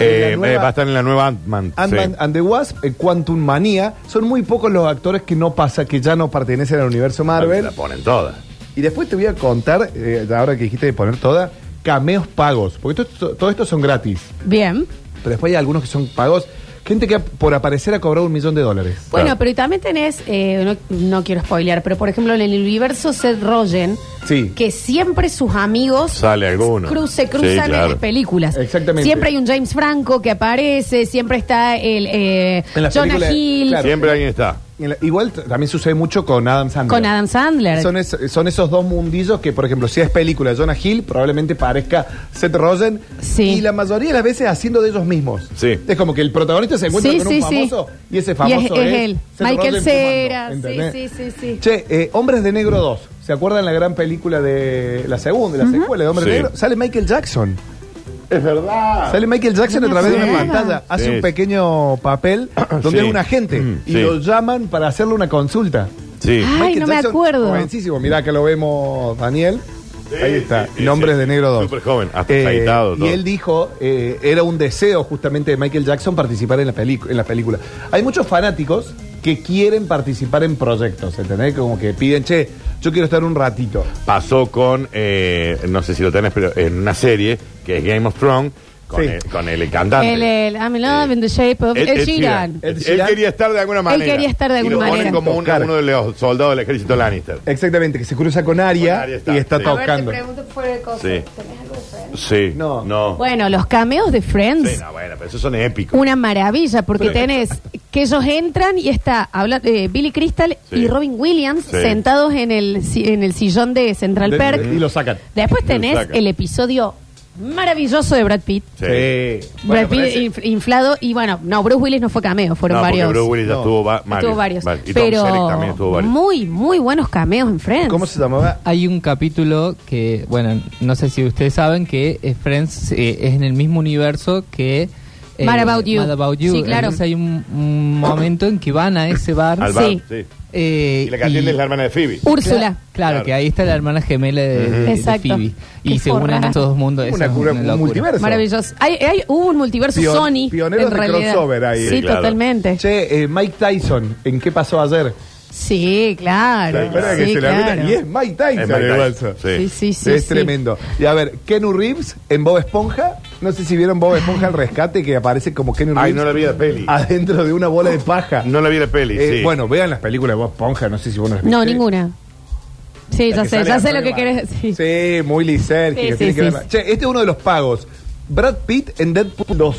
[SPEAKER 4] Eh,
[SPEAKER 3] La
[SPEAKER 4] eh,
[SPEAKER 3] nueva-
[SPEAKER 4] va a estar en la nueva Ant-Man.
[SPEAKER 3] Ant-Man
[SPEAKER 4] sí.
[SPEAKER 3] and the Wasp, eh, Quantum Manía, son muy pocos los actores que no pasa, que ya no pertenecen al universo Marvel.
[SPEAKER 4] La ponen todas.
[SPEAKER 3] Y después te voy a contar, eh, ahora que dijiste de poner toda, cameos pagos, porque todo, todo esto son gratis,
[SPEAKER 2] Bien.
[SPEAKER 3] pero después hay algunos que son pagos, gente que por aparecer ha cobrado un millón de dólares.
[SPEAKER 2] Bueno,
[SPEAKER 4] Claro.
[SPEAKER 2] pero y también tenés, eh, no, no quiero spoilear, pero por ejemplo en el universo Seth Rogen,
[SPEAKER 3] Sí.
[SPEAKER 2] que siempre sus amigos
[SPEAKER 4] Sale alguno.
[SPEAKER 2] cru- se cruzan
[SPEAKER 4] Sí, claro.
[SPEAKER 2] en las películas.
[SPEAKER 3] Exactamente.
[SPEAKER 2] Siempre hay un James Franco que aparece, siempre está el eh,
[SPEAKER 3] En las
[SPEAKER 2] Jonah
[SPEAKER 3] películas,
[SPEAKER 2] Hill
[SPEAKER 3] Claro.
[SPEAKER 4] Siempre alguien está.
[SPEAKER 3] En la- Igual t- también sucede mucho con Adam Sandler.
[SPEAKER 2] con Adam Sandler.
[SPEAKER 3] Son, es- son esos dos mundillos que, por ejemplo, si es película de Jonah Hill, probablemente parezca Seth Rogen.
[SPEAKER 2] Sí.
[SPEAKER 3] Y la mayoría de las veces haciendo de ellos mismos.
[SPEAKER 4] Sí.
[SPEAKER 3] Es como que el protagonista se encuentra
[SPEAKER 2] Sí,
[SPEAKER 3] con
[SPEAKER 2] sí,
[SPEAKER 3] un famoso
[SPEAKER 2] sí.
[SPEAKER 3] y ese famoso
[SPEAKER 2] Y
[SPEAKER 3] es,
[SPEAKER 2] es- es él.
[SPEAKER 3] Seth
[SPEAKER 2] Michael
[SPEAKER 3] Rogen fumando,
[SPEAKER 2] Cera, sí,
[SPEAKER 3] ¿entendés?
[SPEAKER 2] sí, sí, sí.
[SPEAKER 3] Che, eh, Hombres de Negro 2. ¿Se acuerdan la gran película de la segunda, la secuela de Hombres
[SPEAKER 4] Sí.
[SPEAKER 3] de Negro? Sale Michael Jackson.
[SPEAKER 4] Es verdad.
[SPEAKER 3] Sale Michael Jackson a través de una
[SPEAKER 2] Sí.
[SPEAKER 3] pantalla. Hace
[SPEAKER 4] Sí.
[SPEAKER 3] un pequeño papel donde
[SPEAKER 4] Sí.
[SPEAKER 3] es un agente
[SPEAKER 4] Mm,
[SPEAKER 3] y
[SPEAKER 4] sí.
[SPEAKER 3] lo llaman para hacerle una consulta.
[SPEAKER 4] Sí.
[SPEAKER 2] Ay, no me acuerdo.
[SPEAKER 3] Jovencísimo, mirá que lo vemos, Daniel. Ahí está,
[SPEAKER 4] sí, sí,
[SPEAKER 3] Nombres
[SPEAKER 4] sí.
[SPEAKER 3] de Negro 2.
[SPEAKER 4] Súper joven, hasta afeitado,
[SPEAKER 3] Y
[SPEAKER 4] todo.
[SPEAKER 3] él dijo, eh, era un deseo justamente de Michael Jackson participar en la, pelicu- en la película. Hay muchos fanáticos que quieren participar en proyectos, ¿entendés? Como que piden, che, yo quiero estar un ratito.
[SPEAKER 4] Pasó con, eh, no sé si lo tenés, pero en una serie que es Game of Thrones, con,
[SPEAKER 3] Sí.
[SPEAKER 4] el, con el cantante.
[SPEAKER 2] el, el I'm in love
[SPEAKER 4] Eh,
[SPEAKER 2] in the shape of Ed
[SPEAKER 4] Ed- Ed Sheeran.
[SPEAKER 2] Sheeran.
[SPEAKER 3] Ed
[SPEAKER 4] Él- Él
[SPEAKER 3] Sheeran.
[SPEAKER 4] quería estar de alguna manera.
[SPEAKER 2] quería estar de
[SPEAKER 4] Y
[SPEAKER 2] alguna
[SPEAKER 4] Lo
[SPEAKER 2] manera.
[SPEAKER 4] ponen como un-
[SPEAKER 3] Tocar.
[SPEAKER 4] uno de los soldados del ejército Lannister.
[SPEAKER 3] Exactamente, que se cruza con Aria,
[SPEAKER 4] Con Arya está,
[SPEAKER 3] y está
[SPEAKER 4] sí. A
[SPEAKER 3] tocando.
[SPEAKER 4] Sí. Sí.
[SPEAKER 3] No.
[SPEAKER 4] No.
[SPEAKER 2] eh? Bueno, los cameos de Friends.
[SPEAKER 4] Sí, no, bueno, pero esos son épicos.
[SPEAKER 2] Una maravilla, porque
[SPEAKER 4] Sí.
[SPEAKER 2] tenés que ellos entran y está habla, eh, Billy Crystal
[SPEAKER 4] Sí.
[SPEAKER 2] y Robin Williams
[SPEAKER 4] Sí.
[SPEAKER 2] sentados en el, si- en el sillón de Central
[SPEAKER 3] De-
[SPEAKER 2] Perk.
[SPEAKER 3] y lo sacan.
[SPEAKER 2] Después
[SPEAKER 4] Lo
[SPEAKER 2] tenés
[SPEAKER 4] sacan.
[SPEAKER 2] el episodio maravilloso de Brad Pitt.
[SPEAKER 3] Bueno,
[SPEAKER 2] Brad Pitt
[SPEAKER 3] pero ese-
[SPEAKER 2] inf- inflado y bueno, no, Bruce Willis no fue cameo, fueron
[SPEAKER 4] no, porque
[SPEAKER 2] varios.
[SPEAKER 4] Bruce Willis ya
[SPEAKER 3] No.
[SPEAKER 4] estuvo va-
[SPEAKER 2] Estuvo varios.
[SPEAKER 4] Vale. Y Tom Selleck también
[SPEAKER 2] Pero
[SPEAKER 4] estuvo varios.
[SPEAKER 2] muy, muy buenos cameos en Friends.
[SPEAKER 3] ¿Cómo se llamaba?
[SPEAKER 7] Hay un capítulo que, bueno, no sé si ustedes saben que eh, Friends eh, es en el mismo universo que eh,
[SPEAKER 2] Mad About You.
[SPEAKER 7] Mad About You.
[SPEAKER 2] Sí, claro.
[SPEAKER 7] Entonces hay un, un momento en que van a ese bar.
[SPEAKER 4] Al bar,
[SPEAKER 2] Sí.
[SPEAKER 4] sí.
[SPEAKER 7] eh,
[SPEAKER 4] Y la canción es la hermana de Phoebe.
[SPEAKER 2] Úrsula.
[SPEAKER 7] Claro,
[SPEAKER 4] Claro.
[SPEAKER 7] que ahí está la hermana gemela de, de- de
[SPEAKER 2] Exacto.
[SPEAKER 7] Phoebe. Y
[SPEAKER 2] Qué
[SPEAKER 7] se unen
[SPEAKER 2] forrada.
[SPEAKER 7] estos dos mundos.
[SPEAKER 3] Una
[SPEAKER 7] eso es
[SPEAKER 3] cura-
[SPEAKER 7] una
[SPEAKER 3] un
[SPEAKER 7] locura.
[SPEAKER 3] multiverso.
[SPEAKER 2] Maravilloso. Hay, hay- hubo un multiverso
[SPEAKER 3] Pion-
[SPEAKER 2] Sony. en
[SPEAKER 3] pioneros de
[SPEAKER 2] realidad.
[SPEAKER 3] crossover ahí.
[SPEAKER 2] Sí,
[SPEAKER 4] Sí, claro.
[SPEAKER 2] totalmente.
[SPEAKER 3] Che, eh, Mike Tyson, ¿en qué pasó ayer?
[SPEAKER 2] Sí,
[SPEAKER 3] ¿Se
[SPEAKER 2] claro.
[SPEAKER 3] acuerdan
[SPEAKER 2] Sí,
[SPEAKER 3] que se la
[SPEAKER 2] claro.
[SPEAKER 3] miran? Y es Mike Tyson.
[SPEAKER 4] Es Mike
[SPEAKER 3] el
[SPEAKER 4] Tyson,
[SPEAKER 3] guaso.
[SPEAKER 4] sí.
[SPEAKER 2] Sí, sí, sí.
[SPEAKER 3] es
[SPEAKER 2] sí.
[SPEAKER 3] tremendo. Y a ver, Kenu Reeves en Bob Esponja. No sé si vieron Bob Esponja al rescate que aparece como Kenu Reeves
[SPEAKER 4] Ay, no la vi la peli.
[SPEAKER 3] adentro de una bola de paja.
[SPEAKER 4] No la vi la peli,
[SPEAKER 3] Eh,
[SPEAKER 4] sí.
[SPEAKER 3] Bueno, vean las películas de Bob Esponja, no sé si vos las
[SPEAKER 2] No,
[SPEAKER 3] viste.
[SPEAKER 2] ninguna. Sí,
[SPEAKER 3] La
[SPEAKER 2] ya
[SPEAKER 3] que
[SPEAKER 2] sé,
[SPEAKER 3] sale
[SPEAKER 2] ya sé
[SPEAKER 3] Antonio
[SPEAKER 2] lo que
[SPEAKER 3] Banderas.
[SPEAKER 2] querés decir.
[SPEAKER 3] Sí, muy lisérgico.
[SPEAKER 2] Sí, sí,
[SPEAKER 3] tiene que
[SPEAKER 2] sí,
[SPEAKER 3] verla.
[SPEAKER 2] sí.
[SPEAKER 3] Che, este es uno de los pagos. Brad Pitt en Deadpool 2.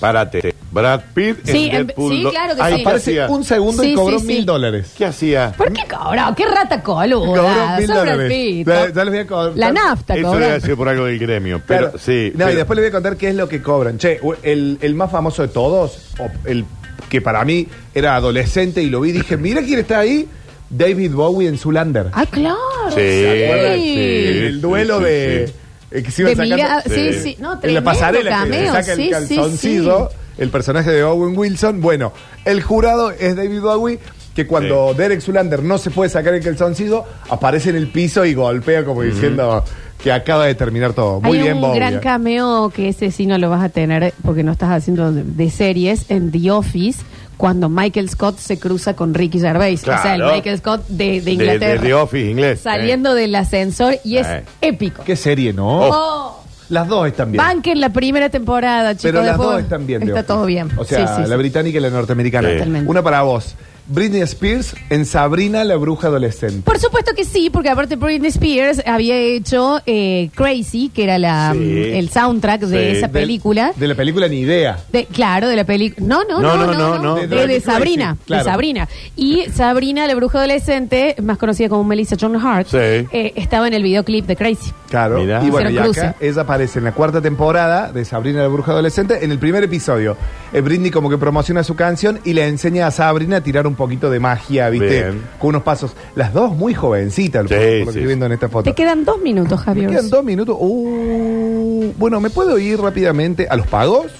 [SPEAKER 4] Párate. Brad Pitt en
[SPEAKER 2] Sí, en-
[SPEAKER 4] Deadpool
[SPEAKER 2] sí,
[SPEAKER 4] dos.
[SPEAKER 2] claro que
[SPEAKER 4] Ay,
[SPEAKER 2] sí.
[SPEAKER 4] ¿qué
[SPEAKER 3] Aparece
[SPEAKER 4] hacía?
[SPEAKER 3] un segundo
[SPEAKER 2] Sí,
[SPEAKER 3] y cobró
[SPEAKER 2] sí,
[SPEAKER 3] mil
[SPEAKER 2] sí.
[SPEAKER 3] dólares.
[SPEAKER 4] ¿Qué hacía?
[SPEAKER 2] ¿Por qué cobró? ¿Qué rata
[SPEAKER 3] Cobró
[SPEAKER 2] coluda?
[SPEAKER 3] mil
[SPEAKER 2] Sobre
[SPEAKER 3] dólares.
[SPEAKER 2] pito.
[SPEAKER 3] Ya- ya les voy a contar.
[SPEAKER 2] La nafta
[SPEAKER 4] Eso
[SPEAKER 2] cobró.
[SPEAKER 4] debe ser por algo del gremio. Pero
[SPEAKER 3] Claro.
[SPEAKER 4] sí.
[SPEAKER 3] No, y
[SPEAKER 4] pero-
[SPEAKER 3] después le voy a contar qué es lo que cobran. Che, u- el, el más famoso de todos, o el que para mí era adolescente y lo vi, dije, mira quién está ahí, David Bowie en Zulander.
[SPEAKER 2] Ah, claro.
[SPEAKER 4] Sí,
[SPEAKER 2] sí.
[SPEAKER 4] ¿se acuerdan? Sí.
[SPEAKER 3] el duelo
[SPEAKER 4] sí,
[SPEAKER 3] de,
[SPEAKER 4] sí.
[SPEAKER 3] eh, que se iban
[SPEAKER 2] De
[SPEAKER 3] sacando-
[SPEAKER 2] mirada, sí, sí. No,
[SPEAKER 3] en la
[SPEAKER 2] tremendo
[SPEAKER 3] pasarela que le
[SPEAKER 2] cameo,
[SPEAKER 3] saca
[SPEAKER 2] sí,
[SPEAKER 3] el
[SPEAKER 2] sí,
[SPEAKER 3] calzoncillo, el personaje de Owen Wilson. Bueno, el jurado es David Bowie, que cuando Derek Zulander no se puede sacar el calzoncillo, aparece en el piso y golpea como diciendo que acaba de terminar todo. Muy
[SPEAKER 2] Hay
[SPEAKER 3] bien,
[SPEAKER 2] un
[SPEAKER 3] Bowie. eh.
[SPEAKER 2] gran cameo que ese sí no lo vas a tener porque no estás haciendo de, de series en The Office cuando Michael Scott se cruza con Ricky Gervais. O sea, el
[SPEAKER 4] Claro.
[SPEAKER 2] Michael Scott de, de
[SPEAKER 4] De-
[SPEAKER 2] Inglaterra.
[SPEAKER 4] de The Office inglés,
[SPEAKER 2] Saliendo del ascensor y es
[SPEAKER 4] Eh.
[SPEAKER 2] épico.
[SPEAKER 3] Qué serie, ¿no?
[SPEAKER 2] Oh,
[SPEAKER 3] Las dos están bien.
[SPEAKER 2] banquen la primera temporada, chicos.
[SPEAKER 3] Pero las
[SPEAKER 2] después
[SPEAKER 3] dos están bien.
[SPEAKER 2] Está
[SPEAKER 3] Dios.
[SPEAKER 2] todo bien.
[SPEAKER 3] O sea,
[SPEAKER 2] Sí, sí,
[SPEAKER 3] la
[SPEAKER 2] sí.
[SPEAKER 3] británica y la norteamericana.
[SPEAKER 4] Sí.
[SPEAKER 2] Totalmente.
[SPEAKER 3] Una para vos. Britney Spears en Sabrina la bruja adolescente.
[SPEAKER 2] Por supuesto que sí, porque aparte Britney Spears había hecho eh, Crazy, que era la,
[SPEAKER 4] Sí.
[SPEAKER 2] mm, el soundtrack de
[SPEAKER 4] Sí.
[SPEAKER 2] esa
[SPEAKER 3] Del-
[SPEAKER 2] película.
[SPEAKER 3] De la película ni idea.
[SPEAKER 2] De- claro, de la película. No no no no, no,
[SPEAKER 4] no.
[SPEAKER 2] De,
[SPEAKER 4] De-
[SPEAKER 2] de
[SPEAKER 3] de
[SPEAKER 2] Sabrina,
[SPEAKER 3] Crazy, claro.
[SPEAKER 2] de Sabrina. Y Sabrina, la bruja adolescente, más conocida como Melissa John Hart,
[SPEAKER 4] Sí.
[SPEAKER 2] eh, estaba en el videoclip de Crazy.
[SPEAKER 3] Claro.
[SPEAKER 4] Mirá.
[SPEAKER 3] Y bueno, y
[SPEAKER 2] Hicieron
[SPEAKER 3] acá
[SPEAKER 2] cruce.
[SPEAKER 3] ella aparece en la cuarta temporada de Sabrina la bruja adolescente, en el primer episodio. Eh, Britney como que promociona su canción y le enseña a Sabrina a tirar un poquito de magia, ¿viste?
[SPEAKER 4] Bien.
[SPEAKER 3] Con unos pasos. Las dos muy jovencitas, por,
[SPEAKER 4] Sí,
[SPEAKER 3] por lo que
[SPEAKER 4] sí,
[SPEAKER 3] estoy viendo en esta foto.
[SPEAKER 2] Te quedan dos minutos,
[SPEAKER 3] Me
[SPEAKER 2] Javier.
[SPEAKER 3] quedan dos minutos. Uh, bueno, ¿me puedo ir rápidamente a los pagos?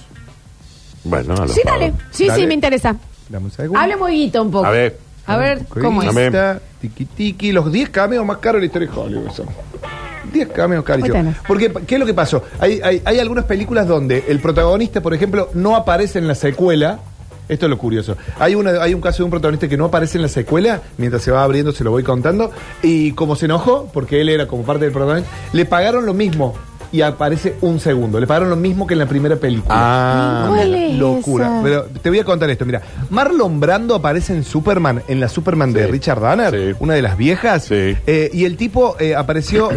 [SPEAKER 4] Bueno, a los
[SPEAKER 2] Sí, dale.
[SPEAKER 4] pagos.
[SPEAKER 2] Sí,
[SPEAKER 3] Dale.
[SPEAKER 2] sí, me interesa.
[SPEAKER 3] Dame un segundo.
[SPEAKER 2] Hable movidito un poco.
[SPEAKER 4] A ver.
[SPEAKER 2] A ver, ¿cómo es?
[SPEAKER 4] A ver.
[SPEAKER 3] Crista, Tiki tiki, los 10 cameos más caros de la historia de Hollywood son. 10 cameos carísimos.
[SPEAKER 2] Ahí tenés.
[SPEAKER 3] Porque, ¿qué es lo que pasó? Hay, hay- hay algunas películas donde el protagonista, por ejemplo, no aparece en la secuela. Esto es lo curioso. Hay, una, hay un caso de un protagonista que no aparece en la secuela, mientras se va abriendo, se lo voy contando, y como se enojó, porque él era como parte del protagonista, le pagaron lo mismo y aparece un segundo. Le pagaron lo mismo que en la primera película.
[SPEAKER 4] Ah,
[SPEAKER 2] ¿Cuál
[SPEAKER 3] Una
[SPEAKER 2] es
[SPEAKER 3] locura.
[SPEAKER 2] esa?
[SPEAKER 3] Pero te voy a contar esto, mira. Marlon Brando aparece en Superman, en la Superman de
[SPEAKER 4] Sí.
[SPEAKER 3] Richard Donner,
[SPEAKER 4] Sí.
[SPEAKER 3] una de las viejas.
[SPEAKER 4] Sí.
[SPEAKER 3] Eh, y el tipo eh, apareció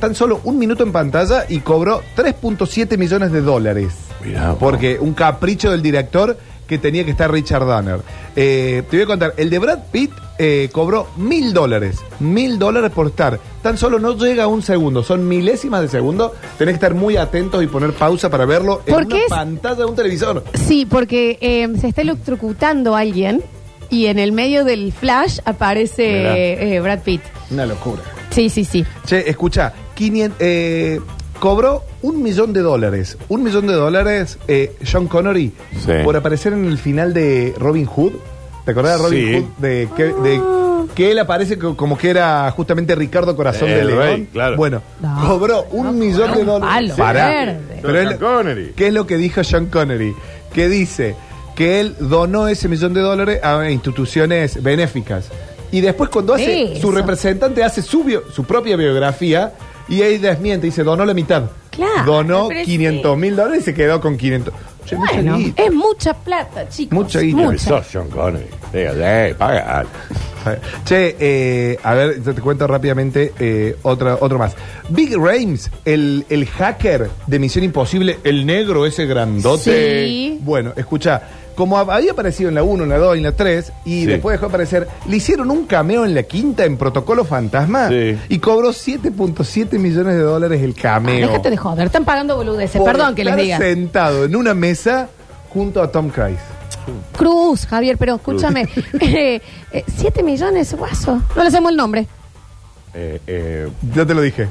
[SPEAKER 3] tan solo un minuto en pantalla y cobró 3.7 millones de dólares.
[SPEAKER 4] Mirá vos.
[SPEAKER 3] Porque un capricho del director que tenía que estar Richard Donner. Eh, te voy a contar, el de Brad Pitt eh, cobró mil dólares. Mil dólares por estar. Tan solo no llega a un segundo, son milésimas de segundo. Tenés que estar muy atentos y poner pausa para verlo en
[SPEAKER 2] ¿Por
[SPEAKER 3] una
[SPEAKER 2] qué es-
[SPEAKER 3] pantalla de un televisor.
[SPEAKER 2] Sí, porque eh, se está electrocutando alguien y en el medio del flash
[SPEAKER 4] Mirá.
[SPEAKER 2] aparece eh, Brad Pitt.
[SPEAKER 3] Una locura.
[SPEAKER 2] Sí, sí, sí.
[SPEAKER 3] Che, escucha, 500, eh, cobró un millón de dólares. Un millón de dólares eh, Sean Connery
[SPEAKER 4] Sí.
[SPEAKER 3] por aparecer en el final de Robin Hood. ¿Te acordás de Robin
[SPEAKER 4] Sí.
[SPEAKER 3] Hood? De que, de que él aparece co- como que era justamente Ricardo Corazón de
[SPEAKER 4] El
[SPEAKER 3] León.
[SPEAKER 4] rey, claro.
[SPEAKER 3] Bueno,
[SPEAKER 2] No.
[SPEAKER 3] cobró un
[SPEAKER 2] No,
[SPEAKER 3] millón
[SPEAKER 2] cobró
[SPEAKER 3] de
[SPEAKER 2] un
[SPEAKER 3] dólares.
[SPEAKER 2] palo
[SPEAKER 3] Pará.
[SPEAKER 2] verde.
[SPEAKER 3] Pero él-
[SPEAKER 4] Sean Connery.
[SPEAKER 3] ¿Qué es lo que dijo Sean Connery? Que dice que él donó ese millón de dólares a instituciones benéficas. Y después cuando hace
[SPEAKER 2] Eso.
[SPEAKER 3] su representante hace su, bio- su propia biografía y ahí desmiente, dice, donó la mitad.
[SPEAKER 2] Claro,
[SPEAKER 3] donó
[SPEAKER 2] pero es
[SPEAKER 3] 500 mil dólares y se quedó con 500. Che, mucha
[SPEAKER 2] Bueno,
[SPEAKER 3] guita.
[SPEAKER 2] es mucha plata, chicos.
[SPEAKER 3] Mucha guita.
[SPEAKER 4] Pero sos Sean Connery. Dígale, paga.
[SPEAKER 3] Che, eh, a ver, yo te cuento rápidamente eh, otra, otro más. Big Rames, el, el hacker de Misión Imposible, el negro ese grandote.
[SPEAKER 2] Sí.
[SPEAKER 3] Bueno, escucha, como hab- había aparecido en la 1, en la 2, en la 3, y
[SPEAKER 4] Sí.
[SPEAKER 3] después dejó de aparecer, le hicieron un cameo en la quinta en Protocolo Fantasma
[SPEAKER 4] Sí.
[SPEAKER 3] y cobró 7.7 millones de dólares el cameo.
[SPEAKER 2] Ah, Déjate de joder, están pagando boludeces,
[SPEAKER 3] Por
[SPEAKER 2] perdón que les
[SPEAKER 3] estar
[SPEAKER 2] diga.
[SPEAKER 3] sentado en una mesa junto a Tom Cruise.
[SPEAKER 2] Cruz, Javier, pero escúchame. eh, eh, siete millones, guaso. No le hacemos el nombre.
[SPEAKER 4] Eh, eh,
[SPEAKER 3] Ya te lo dije.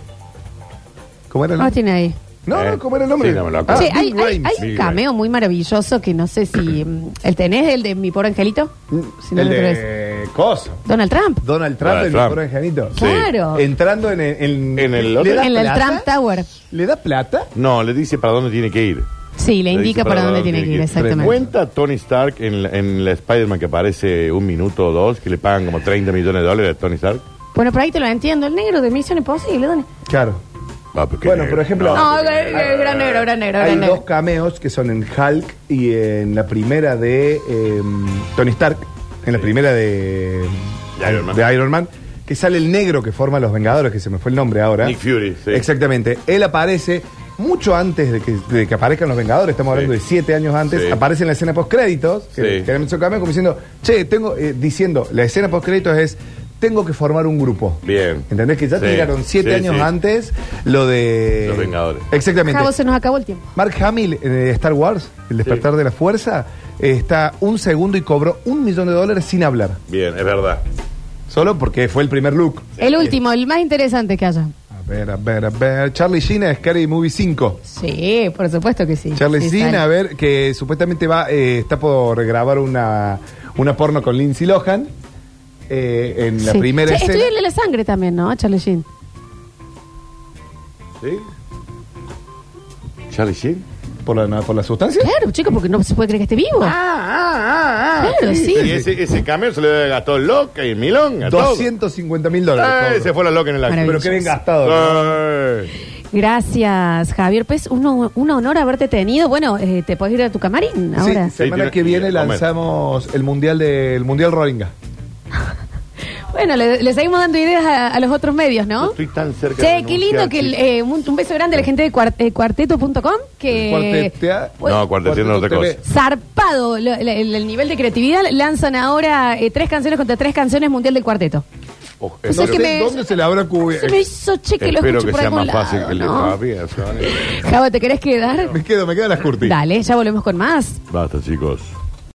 [SPEAKER 3] ¿Cómo era el
[SPEAKER 2] No lo
[SPEAKER 3] nombre?
[SPEAKER 2] Ah, tiene ahí.
[SPEAKER 3] No,
[SPEAKER 4] Eh,
[SPEAKER 3] no, ¿cómo era el nombre?
[SPEAKER 4] sí, no me lo
[SPEAKER 2] Che,
[SPEAKER 4] acuerdo.
[SPEAKER 3] Ah,
[SPEAKER 2] hay,
[SPEAKER 3] Big
[SPEAKER 2] hay-
[SPEAKER 3] Rames.
[SPEAKER 2] hay un
[SPEAKER 4] Big
[SPEAKER 2] cameo muy maravilloso que no sé si. mm, ¿El tenés, el de mi pobre angelito?
[SPEAKER 4] Mm,
[SPEAKER 2] Si no
[SPEAKER 3] Mm, el
[SPEAKER 2] lo crees.
[SPEAKER 3] de Cos.
[SPEAKER 2] Donald Trump.
[SPEAKER 3] Donald Trump,
[SPEAKER 4] Donald
[SPEAKER 3] el
[SPEAKER 4] Trump.
[SPEAKER 3] mejor angelito.
[SPEAKER 4] Sí.
[SPEAKER 2] Claro.
[SPEAKER 3] Entrando en el... En,
[SPEAKER 4] En el-
[SPEAKER 3] ¿le da
[SPEAKER 2] En el
[SPEAKER 3] plata?
[SPEAKER 2] Trump Tower.
[SPEAKER 3] ¿Le da plata?
[SPEAKER 4] no, le dice para dónde tiene que ir.
[SPEAKER 2] Sí, le,
[SPEAKER 4] Le
[SPEAKER 2] indica
[SPEAKER 4] dice
[SPEAKER 2] para dónde tiene que ir, exactamente.
[SPEAKER 4] Cuenta Tony Stark en la, en la Spider-Man que aparece un minuto o dos, que le pagan como 30 millones de dólares a Tony Stark.
[SPEAKER 2] Bueno, por ahí te lo entiendo. El negro de Misión Imposible, ¿dónde?
[SPEAKER 3] Claro.
[SPEAKER 4] Ah, pero qué
[SPEAKER 3] Bueno,
[SPEAKER 4] negro.
[SPEAKER 3] por ejemplo-
[SPEAKER 2] No,
[SPEAKER 4] pero qué
[SPEAKER 2] eh, eh, gran negro, gran negro,
[SPEAKER 3] Ah, Hay
[SPEAKER 2] gran
[SPEAKER 3] dos
[SPEAKER 2] negro.
[SPEAKER 3] cameos que son en Hulk y en la primera de eh, Tony Stark, en la primera de,
[SPEAKER 4] De Iron Man.
[SPEAKER 3] de Man, que sale el negro que forma los Vengadores, que se me fue el nombre ahora.
[SPEAKER 4] Nick Fury, sí.
[SPEAKER 3] Exactamente. Él aparece mucho antes de que, de que aparezcan los Vengadores, estamos hablando
[SPEAKER 4] Sí.
[SPEAKER 3] de siete años antes,
[SPEAKER 4] Sí.
[SPEAKER 3] aparece en la escena post-créditos, que
[SPEAKER 4] Sí.
[SPEAKER 3] que le han hecho cameo como diciendo, che, tengo, eh, diciendo, la escena post-créditos es, tengo que formar un grupo.
[SPEAKER 4] Bien.
[SPEAKER 3] ¿Entendés? Que ya
[SPEAKER 4] Sí.
[SPEAKER 3] tiraron siete
[SPEAKER 4] Sí,
[SPEAKER 3] años
[SPEAKER 4] sí.
[SPEAKER 3] antes lo de...
[SPEAKER 4] Los Vengadores.
[SPEAKER 3] Exactamente.
[SPEAKER 2] Cabo, se nos acabó el tiempo.
[SPEAKER 3] Mark Hamill en eh, Star Wars, El despertar de la fuerza, eh, está un segundo y cobró un millón de dólares sin hablar.
[SPEAKER 4] Bien, es verdad.
[SPEAKER 3] Solo porque fue el primer look.
[SPEAKER 2] El último, el más interesante que haya.
[SPEAKER 3] A ver, a ver, a ver. Charlie Sheen es Scary Movie 5.
[SPEAKER 2] Sí, por supuesto que sí.
[SPEAKER 3] Charlie
[SPEAKER 2] Sí,
[SPEAKER 3] Sheen,
[SPEAKER 2] sale.
[SPEAKER 3] a ver, que supuestamente va, eh, está por grabar una, una porno con Lindsay Lohan. eh, en la
[SPEAKER 2] Sí.
[SPEAKER 3] primera
[SPEAKER 2] Che,
[SPEAKER 3] escena.
[SPEAKER 2] estudiarle la sangre también, ¿no? Charlie Sheen.
[SPEAKER 4] ¿Sí? ¿Charlie Sheen?
[SPEAKER 3] ¿Por la, por la sustancia?
[SPEAKER 2] Claro, chicos, porque no se puede creer que esté vivo.
[SPEAKER 4] Ah,
[SPEAKER 3] Ah.
[SPEAKER 2] Claro, sí.
[SPEAKER 4] Y ese, ese camión se lo debe gastó loca y milonga. todo.
[SPEAKER 3] 250 mil dólares.
[SPEAKER 4] Ay, se fue la loca en el acto.
[SPEAKER 3] Pero
[SPEAKER 2] Maravilloso.
[SPEAKER 3] que bien gastado. ¿no?
[SPEAKER 4] Ay.
[SPEAKER 2] Gracias, Javier Pez. Un, un honor haberte tenido. Bueno, eh, te podés ir a tu camarín
[SPEAKER 3] Sí,
[SPEAKER 2] ahora.
[SPEAKER 3] semana
[SPEAKER 4] Sí, tiene-
[SPEAKER 3] que viene
[SPEAKER 4] tiene-
[SPEAKER 3] lanzamos el mundial del mundial Roringa.
[SPEAKER 2] Bueno, le, le seguimos dando ideas a, a los otros medios, ¿no?
[SPEAKER 4] Estoy tan cerca de
[SPEAKER 2] Che, qué lindo
[SPEAKER 4] renunciar,
[SPEAKER 2] que el,
[SPEAKER 4] chico.
[SPEAKER 2] eh, un, un beso grande a la gente de cuart- eh, cuarteto.com que
[SPEAKER 3] Cuartetea-
[SPEAKER 2] Pues-
[SPEAKER 4] No, cuarteciendo
[SPEAKER 3] Cuarteto
[SPEAKER 4] otra cosa.
[SPEAKER 3] TV.
[SPEAKER 2] zarpado lo- el, el- el nivel de creatividad lanzan ahora eh, tres canciones contra tres canciones mundial del cuarteto.
[SPEAKER 4] Ojo,
[SPEAKER 2] O sea
[SPEAKER 4] espero-
[SPEAKER 2] Pues que me-
[SPEAKER 3] ¿Dónde se le habrá cubierto?
[SPEAKER 4] eh,
[SPEAKER 2] Se me hizo che que lo
[SPEAKER 4] Espero
[SPEAKER 2] escucho
[SPEAKER 4] que
[SPEAKER 2] por
[SPEAKER 4] sea
[SPEAKER 2] algún
[SPEAKER 4] más
[SPEAKER 2] lado,
[SPEAKER 4] fácil que el de
[SPEAKER 2] ¿no?
[SPEAKER 4] Javier. ¿sabes?
[SPEAKER 2] Java, ¿te querés quedar?
[SPEAKER 3] Me quedo, me quedo en las curtis.
[SPEAKER 2] Dale, ya volvemos con más.
[SPEAKER 4] Basta, chicos.